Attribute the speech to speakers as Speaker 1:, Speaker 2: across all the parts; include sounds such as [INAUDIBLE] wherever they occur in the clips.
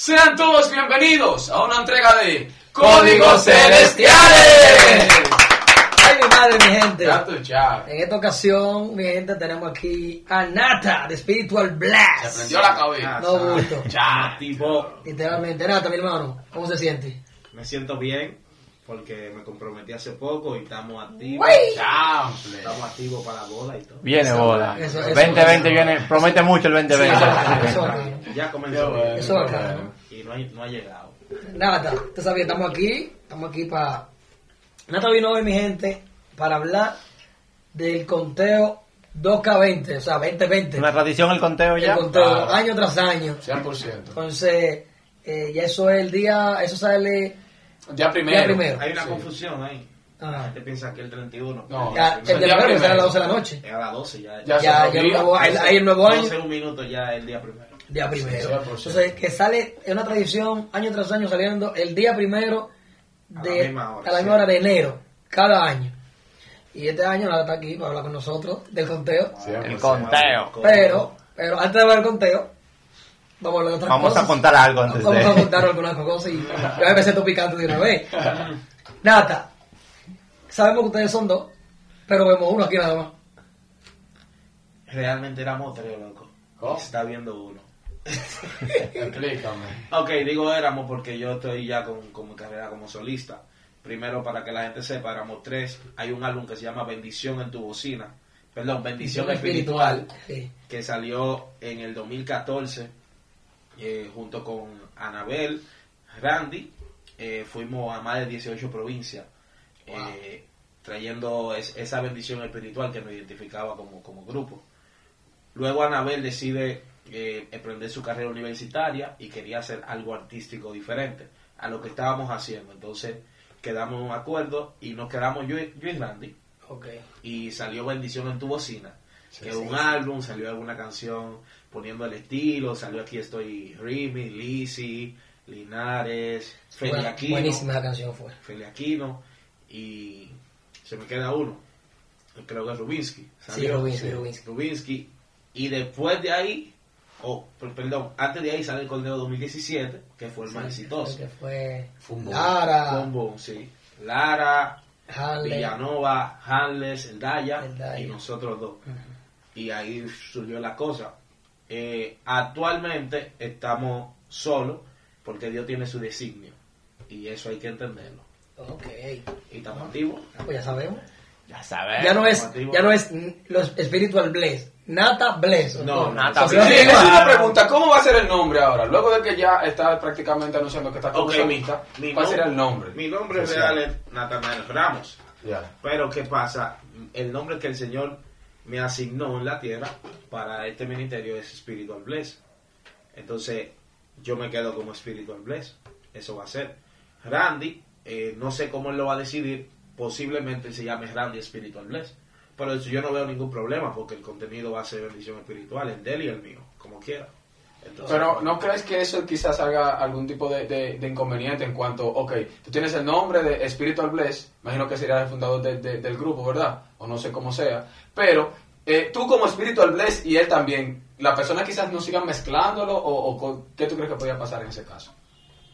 Speaker 1: Sean todos bienvenidos a una entrega de
Speaker 2: Códigos Celestiales. Ay, mi madre, mi gente.
Speaker 1: Gato Char.
Speaker 2: En esta ocasión, mi gente, tenemos aquí a Nata de Spiritual
Speaker 1: Se
Speaker 2: Blast.
Speaker 1: prendió la cabeza.
Speaker 2: No
Speaker 3: [LAUGHS]
Speaker 2: bulto.
Speaker 1: Char.
Speaker 3: Ah, Tipo,
Speaker 2: Literalmente, Nata, mi hermano, ¿cómo se siente?
Speaker 3: me siento bien porque me comprometí hace poco y estamos activos.
Speaker 2: Wey.
Speaker 1: Chample.
Speaker 3: Estamos activos para la boda y todo.
Speaker 4: Viene boda.
Speaker 2: eso, eso,
Speaker 4: 2020
Speaker 2: eso.
Speaker 4: viene, promete mucho el 2020.
Speaker 2: Sí, eso, eso.
Speaker 3: Ya
Speaker 1: Qué
Speaker 3: comenzó.
Speaker 1: bueno.
Speaker 2: Eso es bacano.
Speaker 3: Y no, hay- no ha llegado.
Speaker 2: Nata, tú sabes, estamos aquí, estamos aquí para... Nata vino hoy, mi gente, para hablar del conteo 2K20, o sea, 2020.
Speaker 4: Una tradición el conteo
Speaker 2: El
Speaker 4: ya.
Speaker 2: conteo,
Speaker 1: Ah.
Speaker 2: año tras año.
Speaker 1: 100%.
Speaker 2: Entonces, eh, ya eso es el día, eso sale...
Speaker 1: Ya primero.
Speaker 2: Ya primero.
Speaker 3: Hay una
Speaker 1: Sí.
Speaker 3: confusión ahí. La
Speaker 2: ah,
Speaker 3: gente piensa que el 31.
Speaker 1: No.
Speaker 2: ya,
Speaker 3: el
Speaker 2: el
Speaker 3: día
Speaker 2: día
Speaker 1: día
Speaker 2: primero que sale a
Speaker 1: primero.
Speaker 2: las 12 de la noche.
Speaker 3: Es a las 12
Speaker 1: Ya
Speaker 3: ya.
Speaker 1: se
Speaker 2: Ya,
Speaker 1: nos
Speaker 2: ya el
Speaker 1: olvida.
Speaker 2: nuevo, hay, hay el nuevo año.
Speaker 3: 12 un minuto ya el día primero.
Speaker 2: Día primero.
Speaker 1: Sí, sí, por
Speaker 2: Entonces,
Speaker 1: cierto.
Speaker 2: que sale, es una tradición, año tras año saliendo el día primero
Speaker 3: A
Speaker 2: de,
Speaker 3: la misma hora,
Speaker 2: a la
Speaker 3: sí.
Speaker 2: misma hora de enero, cada año. Y este año nada está aquí para hablar con nosotros del conteo.
Speaker 3: Ah,
Speaker 4: El
Speaker 1: 100%.
Speaker 4: conteo.
Speaker 2: Pero, pero antes de hablar del conteo, vamos a hablar de otras
Speaker 4: Vamos
Speaker 2: cosas.
Speaker 4: a contar algo antes
Speaker 2: Vamos a
Speaker 4: de.
Speaker 2: contar algunas cosas y ya empecé a picante de una vez. Nata, sabemos que ustedes son dos, pero vemos uno aquí nada más.
Speaker 3: Realmente éramos tres, loco.
Speaker 1: ¿Cómo?
Speaker 3: Y se Está viendo uno.
Speaker 1: Explícame.
Speaker 3: Ok, digo éramos porque yo estoy ya con, con mi carrera como solista. Primero, para que la gente sepa, éramos tres. Hay un álbum que se llama Bendición en tu bocina. Perdón, Bendición Espiritual,
Speaker 2: Sí.
Speaker 3: que salió en el 2014 eh, junto con Anabel, Randy. Eh, fuimos a más de 18 provincias eh, trayendo es- esa bendición espiritual que nos identificaba como, como grupo. Luego Anabel decide eh, emprender su carrera universitaria y quería hacer algo artístico diferente a lo que estábamos haciendo. Entonces quedamos en un acuerdo y nos quedamos yo, y- yo y Randy
Speaker 2: Ok.
Speaker 3: y salió Bendición en tu bocina.
Speaker 1: Sí,
Speaker 3: que es
Speaker 1: sí,
Speaker 3: un
Speaker 1: sí.
Speaker 3: álbum, salió alguna canción poniendo el estilo, salió aquí estoy Rimi, Lizzy, Linares, Feli
Speaker 2: Buena-
Speaker 3: Aquino.
Speaker 2: buenísima la canción fue.
Speaker 3: Feli Aquino y se me queda uno. Creo que es Rubinsky.
Speaker 2: Sí, Rubinsky, Rubinsky.
Speaker 3: Rubinsky. Y después de ahí, oh, per- perdón, antes de ahí sale el Corneo 2017, que fue el más exitoso.
Speaker 2: Que fue
Speaker 1: Fue un boom.
Speaker 2: Ah, Lara,
Speaker 3: Combo, sí. Lara,
Speaker 2: Harley.
Speaker 3: Villanova, Hanles, el Daya
Speaker 2: Zendaya.
Speaker 3: y nosotros dos.
Speaker 2: Ujú.
Speaker 3: Y ahí surgió la cosa. Eh, actualmente estamos solos porque Dios tiene su designio. Y eso hay que entenderlo.
Speaker 2: Ok.
Speaker 3: Y estamos activos.
Speaker 2: Ah, Pues ya sabemos.
Speaker 4: Ya sabes.
Speaker 2: Ya no es,
Speaker 3: Formativo.
Speaker 2: ya no es mm, los Spiritual Bless. Nata Bless.
Speaker 3: No,
Speaker 4: nada,
Speaker 2: O sea,
Speaker 1: Sí,
Speaker 4: bien.
Speaker 1: esa es
Speaker 2: ah.
Speaker 1: una pregunta. ¿Cómo va a ser el nombre ahora? Luego de que ya está prácticamente anunciando que está como
Speaker 3: Ok,
Speaker 1: solista,
Speaker 3: mi
Speaker 1: ¿cuál será
Speaker 3: nombre-
Speaker 1: el nombre?
Speaker 3: Mi nombre
Speaker 1: Social.
Speaker 3: real es Natanael Ramos.
Speaker 1: Ya.
Speaker 3: Pero ¿qué pasa? El nombre que el Señor me asignó en la tierra para este ministerio es Spiritual Bless. Entonces, yo me quedo como Spiritual Bless. Eso va a ser. Randy, eh, no sé cómo él lo va a decidir. Posiblemente se llame Randy Spiritual Bless. Pero eso yo no veo ningún problema porque el contenido va a ser bendición espiritual, el de él y el mío, como quiera. Entonces,
Speaker 1: Pero ¿no crees que eso quizás haga algún tipo de, de- de inconveniente en cuanto, ok, tú tienes el nombre de Spiritual Bless, imagino que serías el fundador de- de- del grupo, ¿verdad? O no sé cómo sea, pero eh, tú como Spiritual Bless y él también, ¿la persona quizás no sigan mezclándolo o, o co- qué tú crees que podría pasar en ese caso?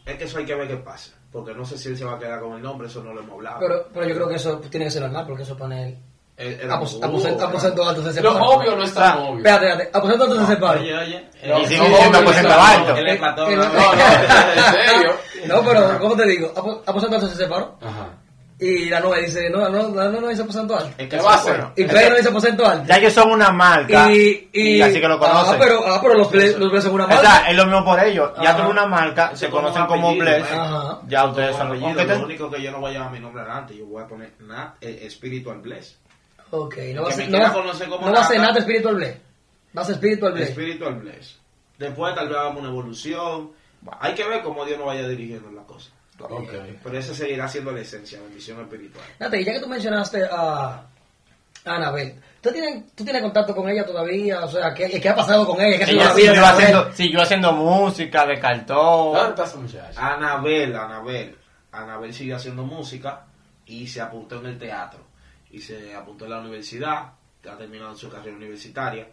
Speaker 3: es que eso hay que ver qué pasa. Porque no sé si él se va a quedar con el nombre, eso no lo hemos hablado.
Speaker 2: Pero, pero yo creo que eso tiene que ser normal porque eso pone el.
Speaker 3: Eh, era-
Speaker 2: Apos- Aposento
Speaker 3: Uh,
Speaker 2: aposento alto se
Speaker 1: Lo
Speaker 2: separa.
Speaker 1: obvio no es tan obvio.
Speaker 2: Espérate, espérate. Aposento alto se separa.
Speaker 3: Oye, oye.
Speaker 1: No,
Speaker 4: Y
Speaker 3: eh,
Speaker 4: sigue
Speaker 1: no,
Speaker 4: diciendo
Speaker 1: no,
Speaker 4: pues
Speaker 1: no,
Speaker 4: en alto.
Speaker 1: no,
Speaker 3: Él es Platón.
Speaker 2: El-
Speaker 3: No,
Speaker 1: No, no, en serio.
Speaker 2: [LAUGHS] No, pero ¿cómo te digo? Apo- Aposento alto se separó.
Speaker 1: Ajá.
Speaker 2: Y la nueva dice, no, la nueva la nueva no dice aposento alto.
Speaker 3: Es
Speaker 1: ¿Qué
Speaker 3: que
Speaker 1: va a
Speaker 3: se
Speaker 1: hacer?
Speaker 3: fueron.
Speaker 2: Y Play no dice aposento alto.
Speaker 4: Ya ellos son una marca.
Speaker 2: Y, y,
Speaker 4: así que lo
Speaker 2: Ah,
Speaker 4: conocen.
Speaker 2: pero, ah, pero los Bless los Bless son una
Speaker 4: O
Speaker 2: marca.
Speaker 4: sea, es lo mismo por ellos. Ya
Speaker 2: Ajá.
Speaker 4: son una marca,
Speaker 3: Ese
Speaker 4: se
Speaker 3: con
Speaker 4: conocen
Speaker 3: un
Speaker 4: como
Speaker 3: apellido,
Speaker 4: Bless.
Speaker 3: ¿eh?
Speaker 2: Ajá.
Speaker 4: Ya
Speaker 3: Con
Speaker 4: ustedes son
Speaker 3: apellido,
Speaker 4: aunque
Speaker 3: Lo
Speaker 4: te-
Speaker 3: único que yo no voy a llevar mi nombre adelante, yo voy a poner Nat eh, Spiritual Bless.
Speaker 2: Ok, no va a
Speaker 3: Que me
Speaker 2: ser, no,
Speaker 3: quiera
Speaker 2: va-
Speaker 3: conocer como
Speaker 2: no va a ser
Speaker 3: nada.
Speaker 2: nada espiritual bless. Va a ser espiritual bless.
Speaker 3: Spiritual Bless. Después tal vez hagamos una evolución. Hay que ver cómo Dios nos vaya dirigiendo la cosa.
Speaker 1: Ok.
Speaker 3: Pero esa seguirá siendo la esencia, bendición espiritual.
Speaker 2: Nate, y ya que tú mencionaste a a Anabel, ¿tú tienes, ¿tú tienes contacto con ella todavía? O sea, ¿qué, qué ha pasado con ella? ¿Qué ha sido
Speaker 4: Ella
Speaker 2: la vida de
Speaker 4: siguió
Speaker 2: Anabel?
Speaker 4: haciendo, siguió haciendo música de
Speaker 1: ¿Dónde
Speaker 4: cartón.
Speaker 1: está esa muchacha?
Speaker 3: Anabel, Anabel. Anabel sigue haciendo música y se apuntó en el teatro. Y se apuntó en la universidad, ha terminado su carrera universitaria.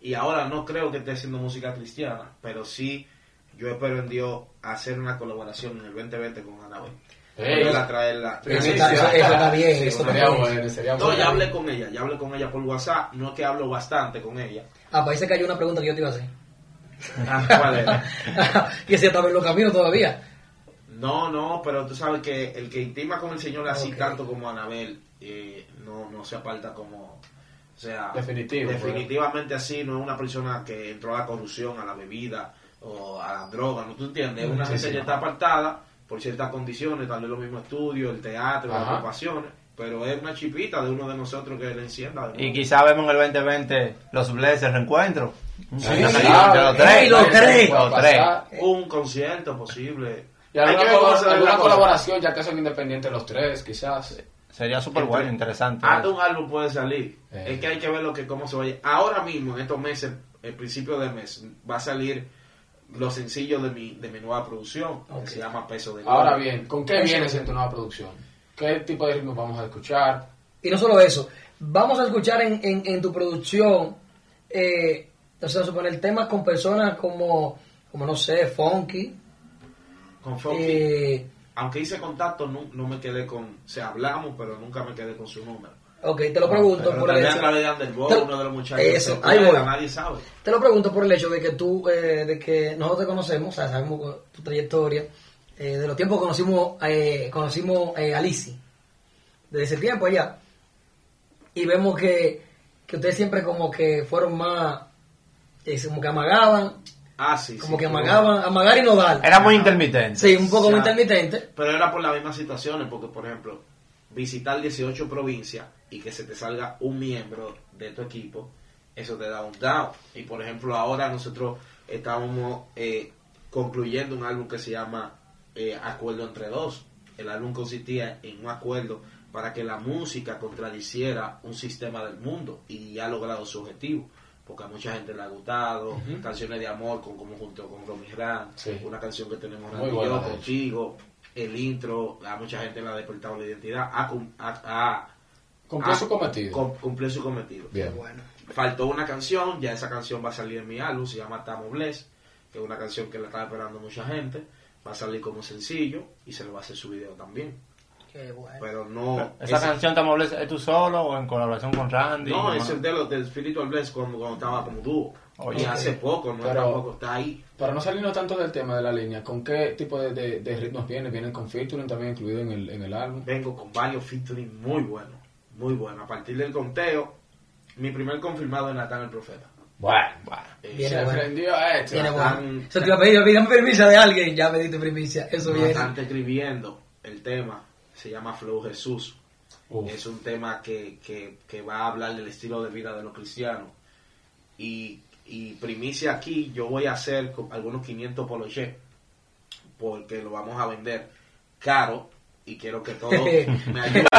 Speaker 3: Y ahora no creo que esté haciendo música cristiana, pero sí Yo espero en Dios hacer una colaboración en el 2020 con Anabel.
Speaker 1: Ey.
Speaker 3: Volver a traerla.
Speaker 1: Pero
Speaker 2: eso
Speaker 1: sí,
Speaker 2: está,
Speaker 1: sí,
Speaker 2: eso-
Speaker 1: sí,
Speaker 2: eso
Speaker 1: sí.
Speaker 2: está bien, eso
Speaker 3: Sí, una
Speaker 2: está
Speaker 1: Sería
Speaker 2: bien.
Speaker 1: bueno, sería bueno.
Speaker 3: No, ya hablé con ella, ya hablé con ella por WhatsApp. No es que hablo bastante con ella.
Speaker 2: Ah, pues ahí se cayó una pregunta que yo te iba a hacer.
Speaker 3: Ah, ¿Cuál era?
Speaker 2: [LAUGHS] y ese estaba en los caminos todavía.
Speaker 3: No, no, pero tú sabes que el que intima con el Señor así
Speaker 2: Ok.
Speaker 3: tanto como Anabel eh, no, no se aparta como. O sea,
Speaker 1: Definitivo, pues.
Speaker 3: definitivamente así, no es una persona que entró a la corrupción, a la bebida o a la droga, ¿no tú entiendes? Es una
Speaker 1: Sí,
Speaker 3: gente
Speaker 1: sí.
Speaker 3: que está apartada por ciertas condiciones, tal vez los mismos estudios, el teatro, las
Speaker 1: Ajá.
Speaker 3: ocupaciones, pero es una chipita de uno de nosotros que le encienda. de
Speaker 4: Y
Speaker 3: nuevo.
Speaker 4: quizá vemos en el 2020 los Blazers reencuentro.
Speaker 1: Sí,
Speaker 4: Entre
Speaker 1: claro.
Speaker 4: los tres.
Speaker 2: Ey, los tres.
Speaker 4: Los tres.
Speaker 3: Un concierto posible.
Speaker 1: Y
Speaker 3: Hay que
Speaker 1: alguna,
Speaker 3: ver cómo
Speaker 1: co-
Speaker 3: se da la
Speaker 1: alguna
Speaker 3: cosa.
Speaker 1: colaboración, ya que son independientes los tres, quizás.
Speaker 4: Sería súper bueno, interesante.
Speaker 3: Hasta un álbum puede salir.
Speaker 1: Eh.
Speaker 3: Es que hay que ver lo que cómo se vaya. Ahora mismo, en estos meses, el principio de mes, va a salir los sencillos de mi, de mi nueva producción,
Speaker 2: Ok.
Speaker 3: que se llama Peso de
Speaker 1: Ahora
Speaker 3: Gloria.
Speaker 1: bien, ¿con qué
Speaker 2: Eso.
Speaker 1: vienes en tu nueva producción? ¿Qué tipo de ritmos vamos a escuchar?
Speaker 2: Y no solo eso, vamos a escuchar en, en- en tu producción, eh, o sea, suponer temas con personas como, como no sé, Funky.
Speaker 3: Con Funky.
Speaker 2: eh,
Speaker 3: Aunque hice contacto, no, no me quedé con... Se hablamos, pero nunca me quedé con su número.
Speaker 2: ok, te lo pregunto
Speaker 3: Pero
Speaker 2: por el
Speaker 3: también
Speaker 2: hecho.
Speaker 3: a través de Underbow,
Speaker 2: Te-
Speaker 3: uno de los muchachos.
Speaker 2: Eso,
Speaker 3: que se
Speaker 2: ahí voy.
Speaker 3: cuela, Nadie sabe.
Speaker 2: Te lo pregunto por el hecho de que tú, eh, de que nosotros te conocemos, o sea, sabemos tu trayectoria. eh, de los tiempos conocimos, eh, conocimos eh, a Lizzy. Desde ese tiempo allá. Y vemos que, que ustedes siempre como que fueron más, eh, como que amagaban,
Speaker 3: Ah, sí.
Speaker 2: como
Speaker 3: sí,
Speaker 2: que
Speaker 3: pero-
Speaker 2: amagaban, amagar y no dar.
Speaker 4: Era muy intermitente.
Speaker 2: Sí, un poco
Speaker 3: Ya.
Speaker 2: muy intermitente.
Speaker 3: Pero era por las mismas situaciones, porque por ejemplo, visitar 18 provincias y que se te salga un miembro de tu equipo, eso te da un down. Y por ejemplo, ahora nosotros estábamos eh, concluyendo un álbum que se llama eh, Acuerdo entre dos. El álbum consistía en un acuerdo para que la música contradiciera un sistema del mundo y ha logrado su objetivo. Porque a mucha gente le ha gustado, canciones de amor con como junto con Romy Gran,
Speaker 1: Sí.
Speaker 3: una canción que tenemos
Speaker 1: Muy
Speaker 3: Randy y
Speaker 1: buena,
Speaker 3: yo
Speaker 1: de hecho.
Speaker 3: contigo, el intro, a mucha gente le ha despertado la identidad, ha, cum- ha- ha-
Speaker 1: Cumplió
Speaker 2: Ah,
Speaker 3: ha-
Speaker 1: su cometido.
Speaker 3: cum- cumplió su cometido.
Speaker 1: Bien.
Speaker 2: Bueno.
Speaker 3: Faltó una canción, ya esa canción va a salir en mi álbum, se llama Tamo Bless, que es una canción que la está esperando mucha gente, va a salir como sencillo y se le va a hacer su video también.
Speaker 2: Qué bueno.
Speaker 3: Pero no...
Speaker 4: Esa
Speaker 3: ese-
Speaker 4: canción te mobles es tú solo o en colaboración con Randy.
Speaker 3: no,
Speaker 4: y
Speaker 3: es
Speaker 4: demás?
Speaker 3: el de los de Spiritual Bless cuando, cuando estaba como dúo.
Speaker 4: Oye.
Speaker 3: y hace poco, no
Speaker 1: Pero-
Speaker 3: tampoco está ahí.
Speaker 1: Para no salirnos tanto del tema de la línea, ¿con qué tipo de, de- de ritmos vienen? ¿Vienen con featuring también incluido en el, en el álbum?
Speaker 3: vengo con varios featuring muy buenos, muy buenos. A partir del conteo, mi primer confirmado es Natán el Profeta.
Speaker 1: Bueno,
Speaker 3: Eh,
Speaker 2: Bien,
Speaker 1: se
Speaker 2: bueno.
Speaker 1: prendió a esto.
Speaker 2: Tiene
Speaker 3: están-
Speaker 2: bueno. Eso te iba a pedir, pídame permiso de alguien. Ya me diste primicia. Eso viene.
Speaker 3: Natán está escribiendo el tema, se llama Flow Jesús.
Speaker 1: Uf.
Speaker 3: Es un tema que, que, que va a hablar del estilo de vida de los cristianos. Y, y primicia aquí, yo voy a hacer con algunos 500 polochés, porque lo vamos a vender caro y quiero que
Speaker 2: [LAUGHS]
Speaker 3: todos me ayuden. Va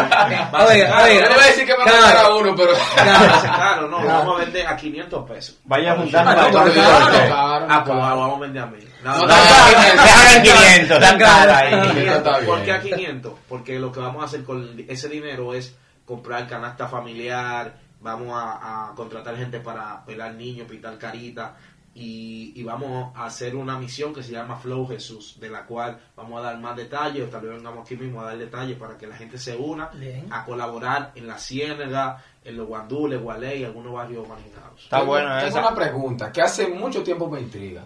Speaker 3: a ser
Speaker 2: Oiga,
Speaker 3: caro,
Speaker 2: oiga.
Speaker 1: Yo le voy a decir que me
Speaker 2: Claro.
Speaker 1: mandaron a uno, pero...
Speaker 3: va a ser
Speaker 2: Claro.
Speaker 3: caro, no,
Speaker 2: Claro.
Speaker 3: vamos a vender a 500 pesos.
Speaker 4: Vaya
Speaker 1: [LAUGHS]
Speaker 3: juntando
Speaker 4: juntando
Speaker 2: Ah, [LAUGHS]
Speaker 4: para
Speaker 2: no,
Speaker 4: todos los
Speaker 2: claro.
Speaker 4: colores.
Speaker 1: Claro,
Speaker 3: Ah, pues
Speaker 1: claro.
Speaker 3: la vamos a vender a mil. No,
Speaker 1: No,
Speaker 3: no,
Speaker 4: No, dejan 500, tan cara ahí.
Speaker 3: 500.
Speaker 1: está bien.
Speaker 3: ¿Por qué a 500? Porque lo que vamos a hacer con ese dinero es comprar canasta familiar, vamos a, a contratar gente para pelar niños, pintar caritas y, y vamos a hacer una misión que se llama Flow Jesús, de la cual vamos a dar más detalles, tal vez vengamos aquí mismo a dar detalles para que la gente se una
Speaker 2: Bien.
Speaker 3: a colaborar en la Ciénaga, en los Guandules, Gualey y algunos barrios marginados.
Speaker 4: Está
Speaker 1: Tengo-
Speaker 4: bueno
Speaker 1: tengo
Speaker 4: esa.
Speaker 1: una pregunta que hace mucho tiempo me intriga.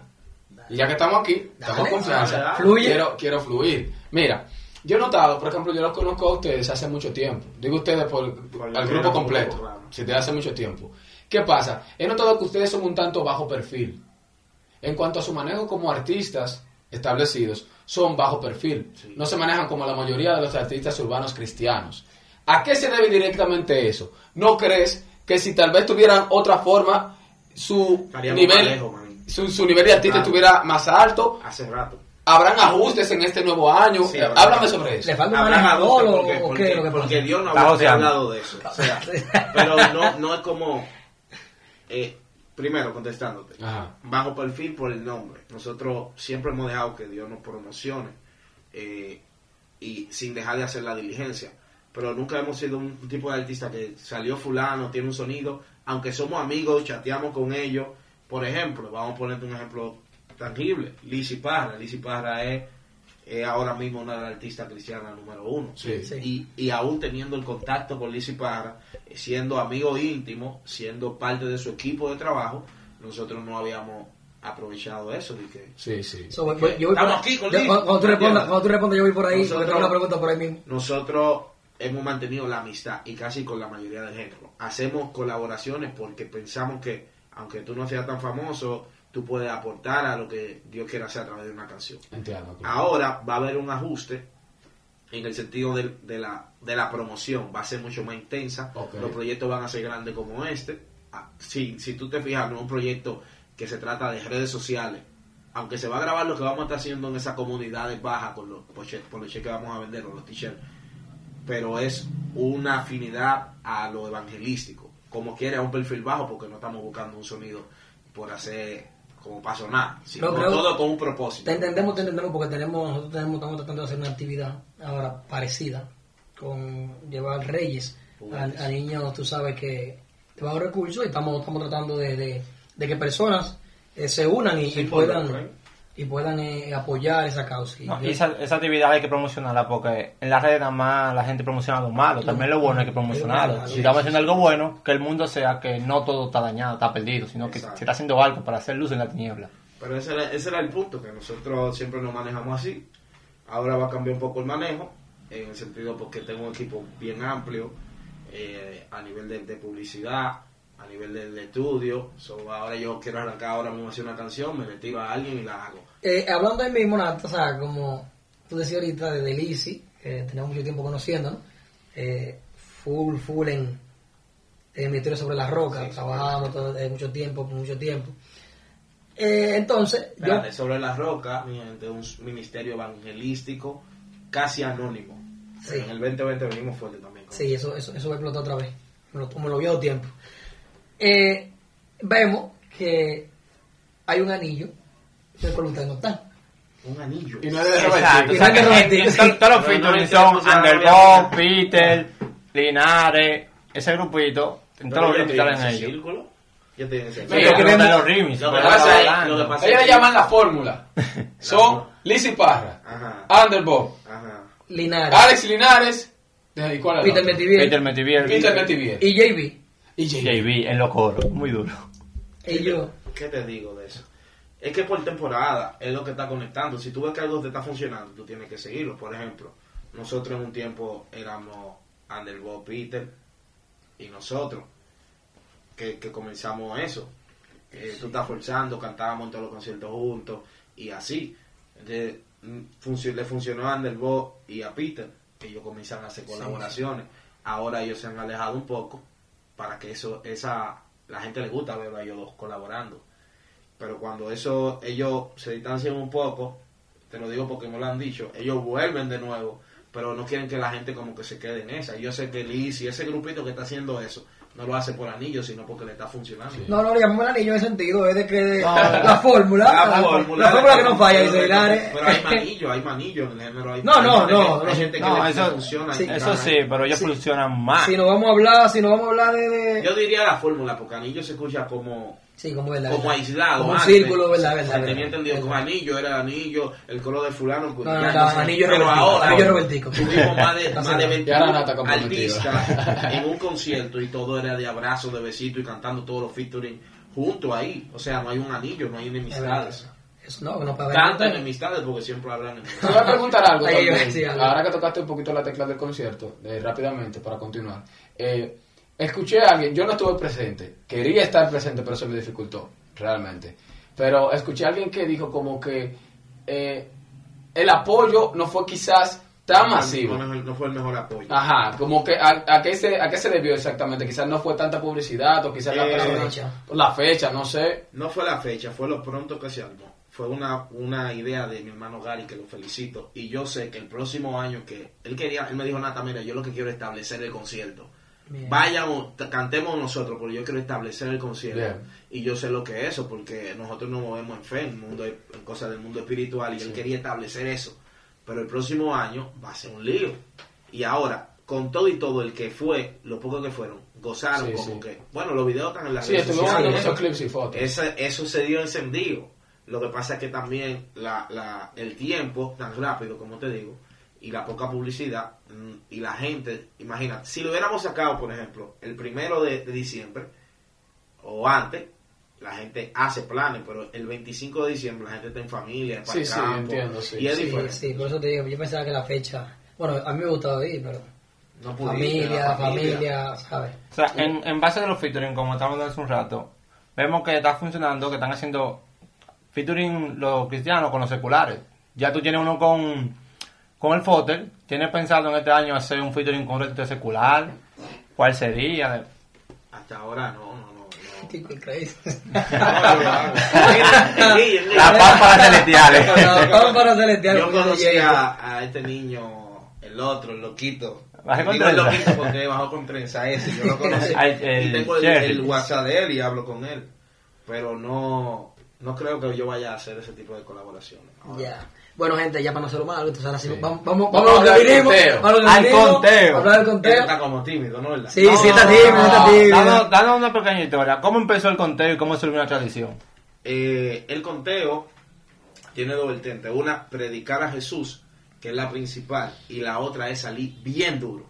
Speaker 1: Y ya que estamos aquí, estamos
Speaker 2: Dale,
Speaker 1: en confianza.
Speaker 3: dale, dale.
Speaker 2: Fluye.
Speaker 1: Quiero, quiero fluir. Mira, yo he notado, por ejemplo, yo los conozco a ustedes hace mucho tiempo. Digo ustedes por,
Speaker 3: Por el
Speaker 1: al
Speaker 3: grupo
Speaker 1: grupo completo.
Speaker 3: claro.
Speaker 1: Si te hace mucho tiempo. ¿Qué pasa? He notado que ustedes son un tanto bajo perfil. En cuanto a su manejo como artistas establecidos, son bajo perfil.
Speaker 3: Sí.
Speaker 1: No se manejan como la mayoría de los artistas urbanos cristianos. ¿A qué se debe directamente eso? ¿No crees que si tal vez tuvieran otra forma, su
Speaker 3: Estaríamos
Speaker 1: nivel,
Speaker 3: más lejos, man.
Speaker 1: su, su nivel de artista
Speaker 3: Claro.
Speaker 1: estuviera más alto?
Speaker 3: Hace rato.
Speaker 1: ¿Habrán ajustes en este nuevo año?
Speaker 3: Sí,
Speaker 1: Eh,
Speaker 3: habrá-
Speaker 1: Háblame sobre eso.
Speaker 2: Le falta un
Speaker 3: Habrá
Speaker 2: manejador
Speaker 3: ajuste,
Speaker 2: o,
Speaker 3: porque,
Speaker 2: o
Speaker 3: porque-
Speaker 2: qué es lo que pasa.
Speaker 3: porque Dios no
Speaker 4: Está
Speaker 3: había
Speaker 4: joseando.
Speaker 3: hablado de eso. o sea, [LAUGHS] pero no, no es como. eh, primero, contestándote.
Speaker 1: Ajá.
Speaker 3: Bajo perfil por el nombre. Nosotros siempre hemos dejado que Dios nos promocione eh, y sin dejar de hacer la diligencia. Pero nunca hemos sido un tipo de artista que salió fulano, tiene un sonido, aunque somos amigos, chateamos con ellos. Por ejemplo, vamos a ponerte un ejemplo tangible. Lizzy Parra. Lizzy Parra es, es ahora mismo una de las artistas cristianas número uno.
Speaker 1: Sí.
Speaker 2: Sí.
Speaker 3: Y, y aún teniendo el contacto con Lizzy Parra, siendo amigo íntimo, siendo parte de su equipo de trabajo, nosotros no habíamos aprovechado eso. De que
Speaker 1: Sí, sí.
Speaker 2: So, voy- voy- yo voy por-
Speaker 3: Estamos aquí con
Speaker 2: yo-
Speaker 3: Liz.
Speaker 2: cuando, cuando tú respondas, cuando tú respondas, yo voy por ahí. Porque
Speaker 3: Nosotros-
Speaker 2: tengo una pregunta por ahí mismo.
Speaker 3: nosotros hemos mantenido la amistad y casi con la mayoría del género. Hacemos colaboraciones porque pensamos que, aunque tú no seas tan famoso, tú puedes aportar a lo que Dios quiera hacer a través de una canción.
Speaker 1: Entiendo. claro.
Speaker 3: Ahora va a haber un ajuste en el sentido del- de, la, de la promoción. Va a ser mucho más intensa.
Speaker 1: Ok.
Speaker 3: Los proyectos van a ser grandes como este. Ah, Si, si tú te fijas, no es un proyecto que se trata de redes sociales. Aunque se va a grabar lo que vamos a estar haciendo en esas comunidades bajas con los, poche- con los cheques que vamos a vender, con los t-shirts. Pero es una afinidad a lo evangelístico. Como quiera, un perfil bajo porque no estamos buscando un sonido por hacer como para sonar. Sino
Speaker 2: creo-
Speaker 3: todo con un propósito.
Speaker 2: Te entendemos, te entendemos, porque tenemos, nosotros tenemos, estamos tratando de hacer una actividad ahora parecida con llevar reyes a, a niños, tú sabes que te bajo recursos y estamos, estamos tratando de, de- de que personas eh, se unan y,
Speaker 3: Sí,
Speaker 2: y
Speaker 3: por
Speaker 2: puedan
Speaker 3: lo que-
Speaker 2: y puedan eh, apoyar esa causa. Y
Speaker 4: No,
Speaker 2: yo-
Speaker 4: y esa, esa actividad hay que promocionarla porque en las redes nada más la gente promociona lo malo, también lo bueno hay que promocionarlo. Si estamos haciendo algo bueno, que el mundo sea que no todo está dañado, está perdido, sino que
Speaker 3: Exacto.
Speaker 4: se está haciendo algo para hacer luz en la tiniebla.
Speaker 3: Pero ese era, ese era el punto, que nosotros siempre nos manejamos así. Ahora va a cambiar un poco el manejo, en el sentido porque tengo un equipo bien amplio, eh, a nivel de, de publicidad, a nivel de, de estudio. So, ahora yo quiero arrancar ahora mismo hacer una canción, me metí a alguien y la hago.
Speaker 2: Eh, hablando ahí mismo, Nat, o sea, como tú decías ahorita de Delisi, que tenemos mucho tiempo conociéndonos, eh, full, full en, en Misterio sobre la Roca, trabajábamos todo- eh, mucho tiempo, por mucho tiempo. Eh, entonces, yo,
Speaker 3: Espérate, sobre la roca, mi gente, un s- ministerio evangelístico casi anónimo.
Speaker 2: Sí.
Speaker 3: En el 2020 venimos fuerte también. con
Speaker 2: sí, eso, eso, eso me explotó otra vez, me lo, me lo vio a tiempo. Eh, vemos que hay un anillo en el cual ustedes no están.
Speaker 3: Un anillo.
Speaker 1: Y no es de Robert
Speaker 2: Y
Speaker 4: o
Speaker 1: Tigre.
Speaker 4: sea,
Speaker 2: no hay que
Speaker 4: que-
Speaker 2: robar,
Speaker 4: que-
Speaker 2: sí.
Speaker 4: Todos los
Speaker 3: No, no hay
Speaker 4: featuring
Speaker 3: que
Speaker 4: son
Speaker 3: promocionar,
Speaker 4: Underdog,
Speaker 3: obviamente.
Speaker 4: Peter, Linares, ese grupito, en
Speaker 3: Pero
Speaker 4: todos los
Speaker 3: yo
Speaker 4: grupos
Speaker 3: estoy en
Speaker 4: están
Speaker 3: ese
Speaker 4: ellos.
Speaker 3: círculo. Yo estoy en ese
Speaker 1: Mira,
Speaker 4: Pero
Speaker 1: que
Speaker 4: no de
Speaker 2: vemos-
Speaker 4: los rimis,
Speaker 3: lo que
Speaker 4: pero
Speaker 1: pasa
Speaker 4: está
Speaker 1: es-
Speaker 4: hablando.
Speaker 3: lo que pasa-
Speaker 1: Ellos le llaman la fórmula. Son Lizzy Parra,
Speaker 3: Ajá.
Speaker 1: Underbob,
Speaker 3: Ajá.
Speaker 2: Linares,
Speaker 1: Alex Linares, ¿y cuál es el
Speaker 2: Peter
Speaker 1: otro?
Speaker 2: Metivier
Speaker 4: Peter Metivier
Speaker 1: Ah, Peter Metivier.
Speaker 2: y JB.
Speaker 1: Y Jay.
Speaker 4: JB en los coros, muy duro.
Speaker 2: Ellos,
Speaker 3: ¿Qué te digo de eso? Es que por temporada es lo que está conectando. Si tú ves que algo te está funcionando, tú tienes que seguirlo. Por ejemplo, nosotros en un tiempo éramos Underbob Peter y nosotros, que, que comenzamos eso. Eh, tú estás forzando, cantábamos en todos los conciertos juntos y así. Entonces, mm, funcio- le funcionó a Underbob y a Peter. Ellos comienzan a hacer colaboraciones. Ahora ellos se han alejado un poco para que eso, esa, la gente le gusta ver a ellos dos colaborando. Pero cuando eso, ellos se distancian un poco, te lo digo porque me lo han dicho, ellos vuelven de nuevo, pero no quieren que la gente como que se quede en esa. Yo sé que Liz y ese grupito que está haciendo eso, no lo hace por anillo, sino porque le está funcionando.
Speaker 2: No, no, llamamos al anillo en el sentido, es de que de-
Speaker 4: No,
Speaker 2: la fórmula,
Speaker 3: Ah,
Speaker 2: la, Ah, la fórmula, que no falla, dice Hilares. Ah.
Speaker 3: Pero hay manillo, hay manillo en el género. Hay,
Speaker 2: No, no,
Speaker 3: hay gente
Speaker 2: no,
Speaker 3: que-
Speaker 2: no.
Speaker 3: Hay gente que
Speaker 4: No,
Speaker 3: le
Speaker 4: eso-
Speaker 3: funciona.
Speaker 2: sí,
Speaker 3: hay
Speaker 4: Eso
Speaker 3: gente-
Speaker 4: sí, pero ellos
Speaker 2: Sí.
Speaker 4: funcionan más.
Speaker 2: Si nos vamos a hablar, si nos vamos a hablar de... de-
Speaker 3: Yo diría la fórmula, porque anillo se escucha como
Speaker 2: sí, como es la-
Speaker 3: como aislado.
Speaker 2: Como un
Speaker 3: antes.
Speaker 2: círculo, ¿verdad?
Speaker 3: O sea,
Speaker 2: ¿verdad? verdad,
Speaker 3: tenía entendido como
Speaker 2: verdad.
Speaker 3: anillo, era el anillo, el color de fulano. pues,
Speaker 2: No, no,
Speaker 3: ya
Speaker 2: no,
Speaker 3: sé.
Speaker 2: anillo
Speaker 3: Pero
Speaker 2: Robertico,
Speaker 3: ahora
Speaker 2: anillo Robertico.
Speaker 3: tuvimos
Speaker 2: [LAUGHS]
Speaker 3: más de,
Speaker 2: No sé,
Speaker 3: más de
Speaker 2: ya
Speaker 3: 20
Speaker 1: la nata comprometida.
Speaker 3: artistas en un concierto y todo era de abrazo, de besito y cantando todos los featuring juntos ahí. O sea, no hay un anillo, no hay
Speaker 2: Es verdad.
Speaker 3: enemistades.
Speaker 2: Eso no, no puede haber.
Speaker 3: Tantas enemistades porque siempre hablan
Speaker 1: Te voy a
Speaker 3: enemistades.
Speaker 1: preguntar algo
Speaker 2: Ahí iba a
Speaker 1: también.
Speaker 2: decir algo.
Speaker 1: Ahora que tocaste un poquito la tecla del concierto, eh, rápidamente para continuar. Eh, escuché a alguien, yo no estuve presente, quería estar presente, pero se me dificultó, realmente. Pero escuché a alguien que dijo como que eh, el apoyo no fue quizás tan masivo. Ah.
Speaker 3: No, no fue el mejor apoyo.
Speaker 1: Ajá, como que a, a qué se, a qué se debió exactamente, quizás no fue tanta publicidad o quizás la
Speaker 3: Eh,
Speaker 1: persona-
Speaker 2: la fecha.
Speaker 1: la fecha, no sé.
Speaker 3: No fue la fecha, fue lo pronto que se armó. Fue una, una idea de mi hermano Gary, que lo felicito. Y yo sé que el próximo año que él quería, él me dijo, Nata, mira, yo lo que quiero es establecer el concierto.
Speaker 2: Bien.
Speaker 3: Vayamos, t- cantemos nosotros, porque yo quiero establecer el concierto.
Speaker 1: Bien.
Speaker 3: Y yo sé lo que es eso, porque nosotros nos movemos en fe, en, mundo, en cosas del mundo espiritual, y él quería establecer eso. Pero el próximo año va a ser un lío. Y ahora, con todo y todo, el que fue, los pocos que fueron, gozaron
Speaker 1: Sí,
Speaker 3: como
Speaker 1: sí.
Speaker 3: que... Bueno, los videos están en las
Speaker 1: Sí,
Speaker 3: redes
Speaker 1: estuve
Speaker 3: sociales.
Speaker 1: buscando
Speaker 2: eso-
Speaker 1: muchos clips y fotos.
Speaker 3: Esa- eso se dio encendido. Lo que pasa es que también la, la, el tiempo tan rápido, como te digo, y la poca publicidad, mm, y la gente, imagina, si lo hubiéramos sacado, por ejemplo, el primero de, de diciembre, o antes, la gente hace planes, pero el 25 de diciembre la gente está en familia, para
Speaker 1: Sí,
Speaker 3: el
Speaker 1: sí,
Speaker 3: campo,
Speaker 1: entiendo, sí,
Speaker 3: y es
Speaker 2: Sí,
Speaker 3: diferente.
Speaker 2: sí, pues, por eso te digo, yo pensaba que la fecha. Bueno, a mí me gustaba ir, pero.
Speaker 3: No pudiste,
Speaker 2: Familia,
Speaker 3: la
Speaker 2: familia, ¿sabes?
Speaker 4: O sea, en, en base de los featuring, como estamos hablando hace un rato, vemos que está funcionando, que están haciendo featuring los cristianos con los seculares. Ya tú tienes uno con, con el Fotel, tienes pensado en este año hacer un featuring con un artista secular, ¿cuál sería?
Speaker 3: Hasta ahora no, no, no. no.
Speaker 2: Tico y
Speaker 3: [LAUGHS]
Speaker 2: crazy. [LAUGHS]
Speaker 3: No, no, no. Enrique, Enrique.
Speaker 4: La pámpara celestiales.
Speaker 2: La pámpara celestial.
Speaker 3: Yo conocí
Speaker 2: Llega.
Speaker 3: a, a este niño, el otro, el loquito.
Speaker 4: Bajé con
Speaker 3: Digo el
Speaker 4: trenza.
Speaker 3: loquito porque bajó con trenza ese, yo
Speaker 4: [LAUGHS]
Speaker 3: lo conocí.
Speaker 4: Ay, el
Speaker 3: y tengo el,
Speaker 4: Jerry.
Speaker 3: el WhatsApp de él y hablo con él. Pero no, no creo que yo vaya a hacer ese tipo de colaboraciones. Ahora,
Speaker 2: Ya. Bueno, gente, ya para no ser lo malo, entonces ahora sí,
Speaker 1: Sí.
Speaker 2: vamos, vamos,
Speaker 1: Vamos
Speaker 2: vamos a
Speaker 1: al
Speaker 2: lo que vinimos.
Speaker 1: conteo.
Speaker 2: vamos a lo que
Speaker 4: Al
Speaker 2: vinimos,
Speaker 4: conteo.
Speaker 2: Hablar del
Speaker 3: Él
Speaker 2: conteo.
Speaker 3: está como tímido, ¿no? ¿Verdad?
Speaker 2: Sí, sí, está tímido, está tímido.
Speaker 4: Danos, danos una pequeña historia. ¿Cómo empezó el conteo y cómo se volvió una tradición?
Speaker 3: Eh, el conteo tiene dos vertientes. Una, predicar a Jesús, que es la principal, y la otra es salir bien duro,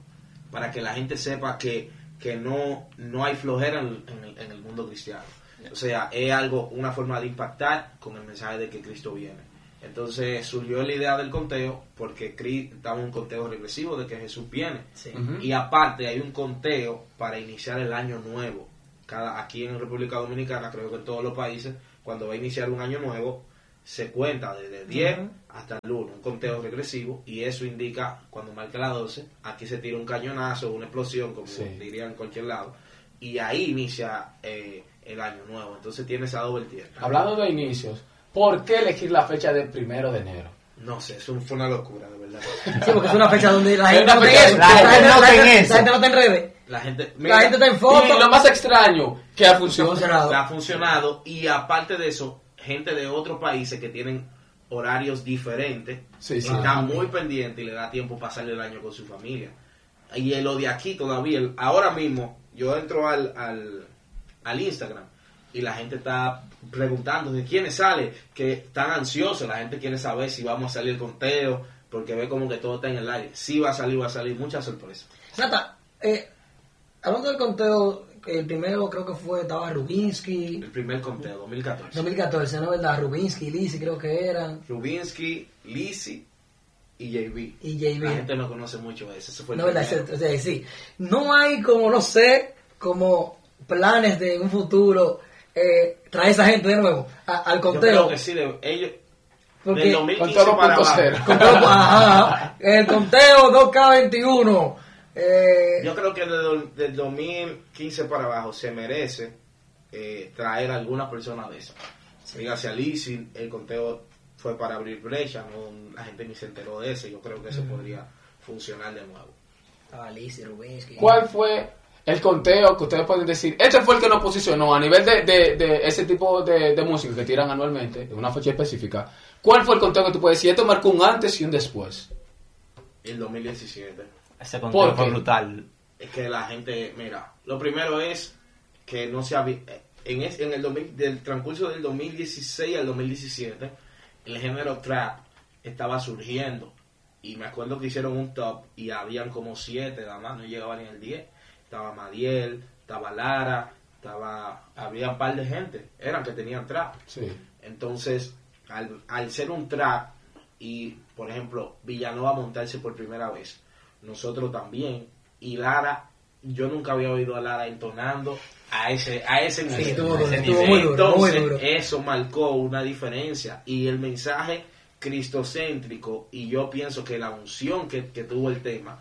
Speaker 3: para que la gente sepa que, que no, no hay flojera en, en el, en el mundo cristiano. O sea, es algo, una forma de impactar con el mensaje de que Cristo viene. Entonces surgió la idea del conteo, porque Cri- daba un conteo regresivo de que Jesús viene.
Speaker 2: Sí.
Speaker 1: Ujú.
Speaker 3: Y aparte hay un conteo para iniciar el año nuevo. Cada, aquí en República Dominicana, creo que en todos los países, cuando va a iniciar un año nuevo, se cuenta desde el 10
Speaker 4: Ujú.
Speaker 3: hasta el 1, un conteo regresivo, y eso indica cuando marca la 12, aquí se tira un cañonazo, una explosión, como
Speaker 1: Sí.
Speaker 3: dirían en cualquier lado, y ahí inicia eh, el año nuevo. Entonces tiene esa doble tierra.
Speaker 1: Hablando de inicios, ¿por qué elegir la fecha del primero de enero?
Speaker 3: No sé, eso fue una locura, de verdad.
Speaker 2: Sí, porque es una fecha donde la
Speaker 1: Es
Speaker 2: gente
Speaker 1: una
Speaker 2: no te
Speaker 1: fecha-
Speaker 2: eso.
Speaker 1: la
Speaker 4: gente no
Speaker 2: la
Speaker 4: está en
Speaker 2: gente-
Speaker 4: eso.
Speaker 2: La gente no está en redes.
Speaker 3: La gente,
Speaker 2: La gente está en
Speaker 1: Y lo
Speaker 2: fotos.
Speaker 1: más extraño, que ha funcionado.
Speaker 2: Funcionado.
Speaker 3: La ha funcionado y aparte de eso, gente de otros países que tienen horarios diferentes
Speaker 1: Sí, sí.
Speaker 3: está muy pendiente y le da tiempo pasarle el año con su familia. Y lo de aquí todavía, el- ahora mismo, yo entro al, al, al Instagram y la gente está preguntando de quiénes sale, que están ansiosos, la gente quiere saber si vamos a salir el conteo, porque ve como que todo está en el aire. Si va a salir, va a salir, muchas sorpresas.
Speaker 2: Nata, eh, hablando del conteo, el primero creo que fue, estaba Rubinsky,
Speaker 3: El primer conteo, 2014.
Speaker 2: 2014, ¿no? ¿Verdad? Rubinsky, Lizzy creo que eran,
Speaker 3: Rubinsky, Lizzy y JB.
Speaker 2: y
Speaker 3: La
Speaker 2: JB.
Speaker 3: gente no conoce mucho eso. Ese fue el
Speaker 2: No, ¿verdad?
Speaker 3: primero.
Speaker 2: O sea, sí. No hay como, no sé, como planes de un futuro, eh, traer esa gente de nuevo a- al
Speaker 3: Yo creo
Speaker 2: conteo.
Speaker 3: que sí, de, ellos.
Speaker 2: Porque-
Speaker 3: del 2015
Speaker 1: Conteo
Speaker 3: para abajo.
Speaker 1: 2.0.
Speaker 2: Conteo- ajá, el conteo 2K21. eh,
Speaker 3: Yo creo que del, del 2015 para abajo se merece eh, traer alguna persona de esa. Dígase a Lizzy, el conteo fue para abrir brecha, no, la gente ni se enteró de eso. Yo creo que eso podría funcionar de nuevo.
Speaker 2: estaba Lizzy, Rubinsky.
Speaker 1: ¿Cuál fue el conteo que ustedes pueden decir? Este fue el que nos posicionó a nivel de, de- de ese tipo de, de música que tiran anualmente, en una fecha específica. ¿Cuál fue el conteo que tú puedes decir? Esto marcó un antes y un después.
Speaker 3: El 2017.
Speaker 4: Ese
Speaker 1: ¿Por
Speaker 4: conteo
Speaker 1: qué?
Speaker 4: fue brutal.
Speaker 3: es que la gente, mira, lo primero es que no se había, en, es- en el 2000, del transcurso del 2016 al 2017, el género trap estaba surgiendo. Y me acuerdo que hicieron un top y habían como siete, nada más, no llegaban ni al 10. Estaba Madiel, estaba Lara, estaba, había un par de gente, eran que tenían trap.
Speaker 1: Sí.
Speaker 3: Entonces, al, al ser un trap y, por ejemplo, Villanova montarse por primera vez, nosotros también, y Lara, yo nunca había oído a Lara entonando a ese, a ese nivel.
Speaker 2: estuvo
Speaker 3: A
Speaker 2: duro,
Speaker 3: ese
Speaker 2: estuvo
Speaker 3: nivel.
Speaker 2: muy duro, muy
Speaker 3: Entonces,
Speaker 2: duro.
Speaker 3: eso marcó una diferencia y el mensaje cristocéntrico, y yo pienso que la unción que, que tuvo el tema,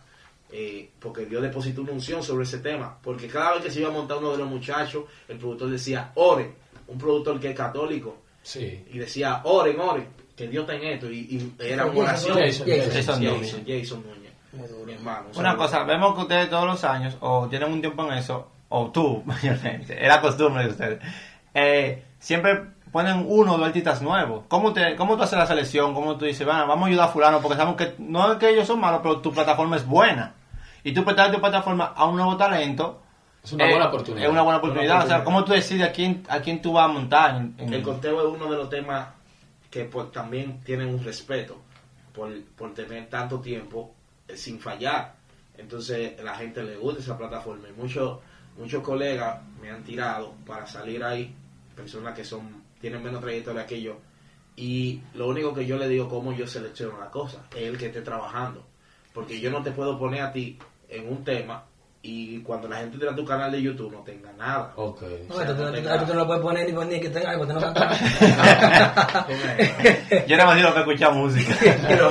Speaker 3: eh, porque Dios depositó una unción sobre ese tema, porque cada vez que se iba a montar uno de los muchachos, el productor decía, ore, un productor que es católico,
Speaker 1: Sí.
Speaker 3: y decía, oren, oren, que Dios está en esto, y, y era una
Speaker 2: Jason,
Speaker 3: oración.
Speaker 1: Jason,
Speaker 4: Jason Núñez.
Speaker 3: Jason, Jason Núñez.
Speaker 2: Muy duro.
Speaker 3: Mi hermano. un
Speaker 4: Una
Speaker 3: saludo.
Speaker 4: cosa, vemos que ustedes todos los años, o tienen un tiempo en eso, o tú [LAUGHS] mayormente, era costumbre de ustedes, eh, siempre ponen uno o dos artistas nuevos. ¿Cómo, te, ¿Cómo tú haces la selección? ¿Cómo tú dices, "Bueno, vamos a ayudar a fulano? Porque sabemos que no es que ellos son malos, pero tu plataforma es buena. Y tú prestas tu plataforma a un nuevo talento.
Speaker 1: Es una
Speaker 4: eh,
Speaker 1: buena oportunidad.
Speaker 4: Es una buena oportunidad.
Speaker 3: Una
Speaker 4: O sea,
Speaker 3: oportunidad.
Speaker 4: ¿cómo tú decides a quién, a quién tú vas a montar? en- en-
Speaker 3: El conteo es uno de los temas que pues, también tienen un respeto por, por tener tanto tiempo eh, sin fallar. Entonces la gente le gusta esa plataforma y muchos muchos colegas me han tirado para salir ahí, personas que son tienen menos trayectoria que yo. Y lo único que yo le digo cómo yo selecciono la cosa, es el que esté trabajando. Porque yo no te puedo poner a ti en un tema y cuando la gente tira tu canal de YouTube no tenga
Speaker 1: [LAUGHS]
Speaker 3: nada.
Speaker 1: Ok.
Speaker 2: No,
Speaker 3: O sea,
Speaker 2: tú,
Speaker 3: no
Speaker 2: tú-
Speaker 3: tenga-
Speaker 2: tú no lo puedes poner ni, ni que tenga algo, no
Speaker 4: Yo nada más digo que escucha música.
Speaker 3: pero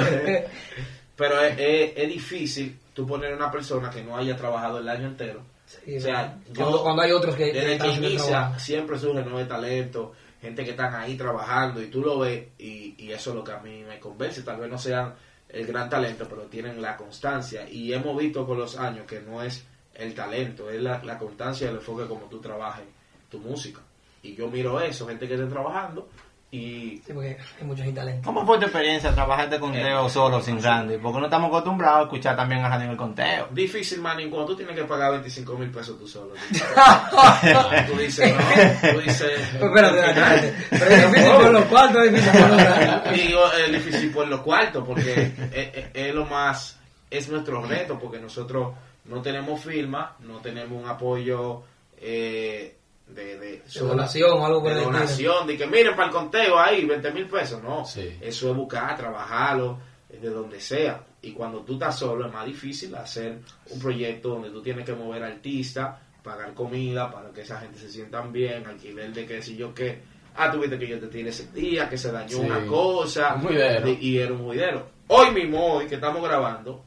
Speaker 3: [LAUGHS] pero es, es- es difícil tú poner a una persona que no haya trabajado el año entero.
Speaker 2: Sí,
Speaker 3: o sea,
Speaker 2: cuando,
Speaker 3: yo-
Speaker 2: cuando hay otros que,
Speaker 3: Desde
Speaker 2: están
Speaker 3: que
Speaker 2: haciendo el
Speaker 3: inicia
Speaker 2: trabajo.
Speaker 3: siempre surgen nuevos talentos, gente que están ahí trabajando y tú lo ves y, y eso es lo que a mí me convence. Tal vez no sean el gran talento, pero tienen la constancia y hemos visto con los años que no es el talento, es la, la constancia y el enfoque como tú trabajes tu música. Y yo miro eso, gente que esté trabajando y
Speaker 2: Sí, porque hay muchos sin talento.
Speaker 4: [LAUGHS] ¿Cómo fue tu experiencia trabajando con Teo solo, sin Randy? Porque no estamos acostumbrados a escuchar también a Randy en el conteo.
Speaker 3: difícil, man, y cuando tú tienes que pagar 25 mil pesos tú solo. tú dices, no, tú dices...
Speaker 2: Pero [LAUGHS] espérate, espérate, espérate. Pero es difícil por los cuartos, es difícil por los cuartos.
Speaker 3: Digo, es difícil por los cuartos, porque es, es- es lo más, es nuestro reto, porque nosotros no tenemos firma, no tenemos un apoyo eh, de, de,
Speaker 2: donación o algo por
Speaker 3: de
Speaker 2: el estilo.
Speaker 3: donación, de que miren para el conteo ahí, 20 mil pesos, no,
Speaker 1: Sí.
Speaker 3: eso es buscar, trabajarlo, eh, de donde sea, y cuando tú estás solo es más difícil hacer un proyecto donde tú tienes que mover artistas, pagar comida para que esa gente se sientan bien, alquiler de qué sé yo qué, ah, tuviste que yo te tiré ese día, que se dañó
Speaker 1: Sí.
Speaker 3: una cosa,
Speaker 1: Un juidero.
Speaker 3: de- y era un juidero. Hoy mismo, hoy que estamos grabando,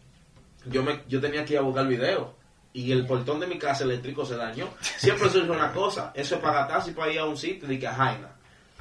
Speaker 3: yo me yo tenía que ir a buscar video y el portón de mi casa eléctrico se dañó. Siempre surge una cosa, eso es para gastar y para ir a un sitio y que a Jaina.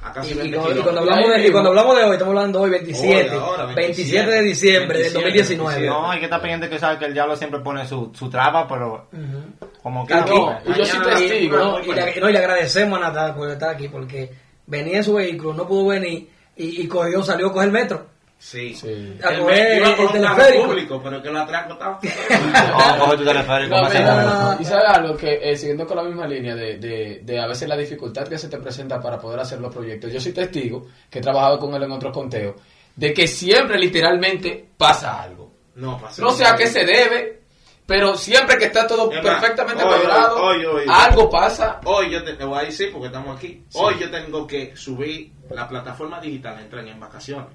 Speaker 3: A
Speaker 2: Y,
Speaker 3: casi
Speaker 2: y
Speaker 3: 20
Speaker 2: cuando, y cuando
Speaker 3: kilómetros.
Speaker 2: hablamos de, y
Speaker 1: mismo.
Speaker 2: cuando hablamos de hoy, estamos hablando hoy 27,
Speaker 3: Hoy, ahora,
Speaker 2: 27, de diciembre del 2019.
Speaker 3: 27.
Speaker 4: No, hay que estar pendiente que sabe que el diablo siempre pone su, su traba, pero
Speaker 2: Ujú.
Speaker 4: como que...
Speaker 2: Aquí,
Speaker 1: No, [LAUGHS] y yo sí
Speaker 3: Mañana
Speaker 2: Y,
Speaker 1: testigo.
Speaker 2: no, y le, no, y le agradecemos a Natal por estar aquí, porque venía en su vehículo, no pudo venir y, y cogió, salió a coger el metro.
Speaker 3: Sí.
Speaker 1: Sí.
Speaker 2: A
Speaker 3: El
Speaker 2: coger
Speaker 3: me- iba
Speaker 2: el
Speaker 3: con un carro
Speaker 2: teleférico.
Speaker 3: público, pero que lo atraco estaba.
Speaker 4: No, coge tu teleférico,
Speaker 1: No,
Speaker 4: pasa
Speaker 1: pero-
Speaker 4: nada.
Speaker 2: nada.
Speaker 1: y sabes algo que eh, siguiendo con la misma línea de, de, de a veces la dificultad que se te presenta para poder hacer los proyectos, yo soy testigo que he trabajado con él en otros conteos de que siempre literalmente pasa algo.
Speaker 3: No, pasó.
Speaker 1: No sé a qué se debe, pero siempre que está todo
Speaker 3: Es más,
Speaker 1: perfectamente
Speaker 3: hoy,
Speaker 1: cuadrado,
Speaker 3: hoy, hoy, hoy.
Speaker 1: algo pasa.
Speaker 3: Hoy yo te, te voy a decir, porque estamos aquí, hoy yo tengo que subir la plataforma digital, entran en vacaciones.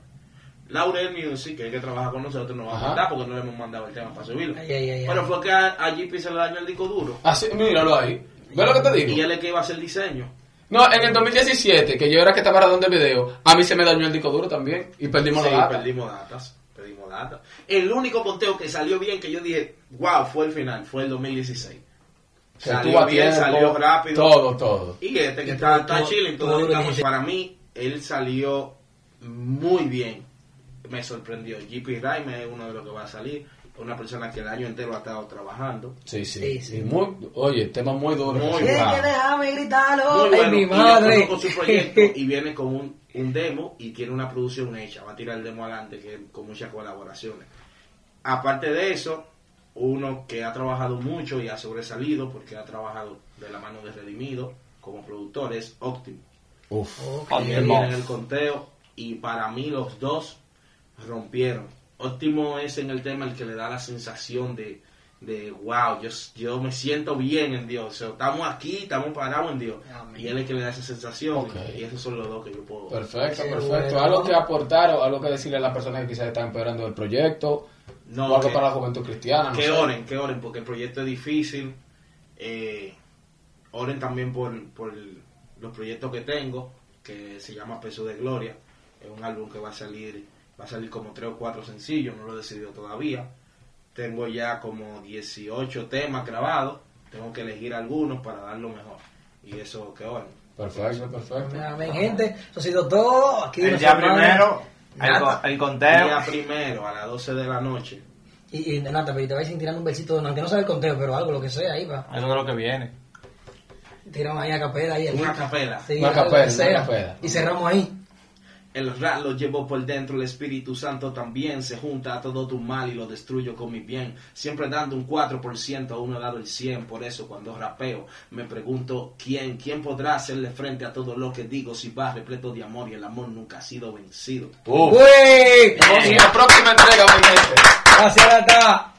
Speaker 3: Laurel Music, que es el que trabaja con nosotros, nos va
Speaker 1: Ajá.
Speaker 3: a mandar porque no le hemos mandado el tema para subirlo.
Speaker 2: Ay, ay, ay,
Speaker 3: pero
Speaker 2: ay.
Speaker 3: fue que a, a JP se le dañó el disco duro.
Speaker 1: Así, míralo ahí. ¿Ves lo que te digo?
Speaker 3: Y él es que iba a hacer diseño.
Speaker 1: No, en el 2017, que yo era que estaba grabando el video, a mí se me dañó el disco duro también y perdimos
Speaker 3: Sí,
Speaker 1: la data.
Speaker 3: perdimos datas. Perdimos datas. El único conteo que salió bien, que yo dije, wow, fue el final, fue el 2016.
Speaker 1: Que
Speaker 3: Salió
Speaker 1: estuvo a
Speaker 3: bien,
Speaker 1: tiempo,
Speaker 3: salió rápido.
Speaker 1: Todo, todo.
Speaker 3: Y este que
Speaker 2: Y
Speaker 3: está,
Speaker 2: tú-
Speaker 3: está
Speaker 2: tú-
Speaker 3: chilling,
Speaker 2: tú
Speaker 3: todo
Speaker 2: lo
Speaker 3: estamos-
Speaker 2: dijiste.
Speaker 3: Para mí, él salió muy bien. Me sorprendió. JP Raime es uno de los que va a salir. Una persona que el año entero ha estado trabajando.
Speaker 1: Sí, sí.
Speaker 2: Sí, sí.
Speaker 1: Y muy, oye, tema muy duro.
Speaker 3: Muy
Speaker 2: Sí, que
Speaker 1: Ah.
Speaker 2: déjame gritarlo.
Speaker 3: Muy
Speaker 2: Ay,
Speaker 3: bueno.
Speaker 2: mi
Speaker 3: y
Speaker 2: madre.
Speaker 3: ya con su proyecto y viene con un, un demo y tiene una producción hecha. Va a tirar el demo adelante que es con muchas colaboraciones. Aparte de eso, uno que ha trabajado mucho y ha sobresalido porque ha trabajado de la mano de Redimido como productor es Optimo.
Speaker 1: Uf.
Speaker 2: [LAUGHS] Ok.
Speaker 4: Oye,
Speaker 3: Él
Speaker 4: Hermoso.
Speaker 3: viene en el conteo y para mí los dos rompieron. Óptimo es en el tema el que le da la sensación de, de wow, yo, yo me siento bien en Dios. O sea, estamos aquí, estamos parados en Dios.
Speaker 2: Amén.
Speaker 3: Y él es el que le da esa sensación.
Speaker 1: Ok.
Speaker 3: Y esos son los dos que yo puedo.
Speaker 1: Perfecto,
Speaker 2: Qué
Speaker 1: perfecto.
Speaker 2: bueno.
Speaker 1: Algo que aportar o algo que decirle a las personas que quizás están empeorando el proyecto.
Speaker 3: No, eh,
Speaker 1: o algo
Speaker 3: que-
Speaker 1: para la juventud cristiana. no
Speaker 3: que
Speaker 1: sé.
Speaker 3: oren, que oren, porque el proyecto es difícil. Eh, oren también por, por los proyectos que tengo, que se llama Peso de Gloria. Es un álbum que va a salir, va a salir como tres o cuatro sencillos, no lo he decidido todavía. Tengo ya como 18 temas grabados, tengo que elegir algunos para dar lo mejor. Y eso que oren.
Speaker 1: Perfecto, perfecto.
Speaker 2: Amén, gente. Eso ha sido todo. Aquí
Speaker 4: El
Speaker 2: nos
Speaker 4: día
Speaker 2: hermanos.
Speaker 4: primero, el,
Speaker 2: Nada.
Speaker 4: co- el conteo.
Speaker 3: Día primero a las 12 de la noche.
Speaker 2: Y, y Nata, pero te vais tirando un besito, aunque no sabe el conteo, pero algo, lo que sea, ahí va.
Speaker 4: Eso es lo que viene.
Speaker 2: Tiramos ahí a capela. Ahí,
Speaker 3: Una capela.
Speaker 2: Sí,
Speaker 1: Una
Speaker 2: algo
Speaker 1: capela, una
Speaker 2: que sea.
Speaker 1: capela.
Speaker 2: Y cerramos ahí.
Speaker 3: El rat lo llevó por dentro, el Espíritu Santo también se junta a todo tu mal y lo destruyo con mi bien. Siempre dando un 4% a uno dado el 100. Por eso cuando rapeo me pregunto quién, quién podrá hacerle frente a todo lo que digo si va repleto de amor y el amor nunca ha sido vencido.
Speaker 1: Uf.
Speaker 2: ¡Wey!
Speaker 1: Vamos a la próxima entrega, mi gente.
Speaker 2: Gracias, Data.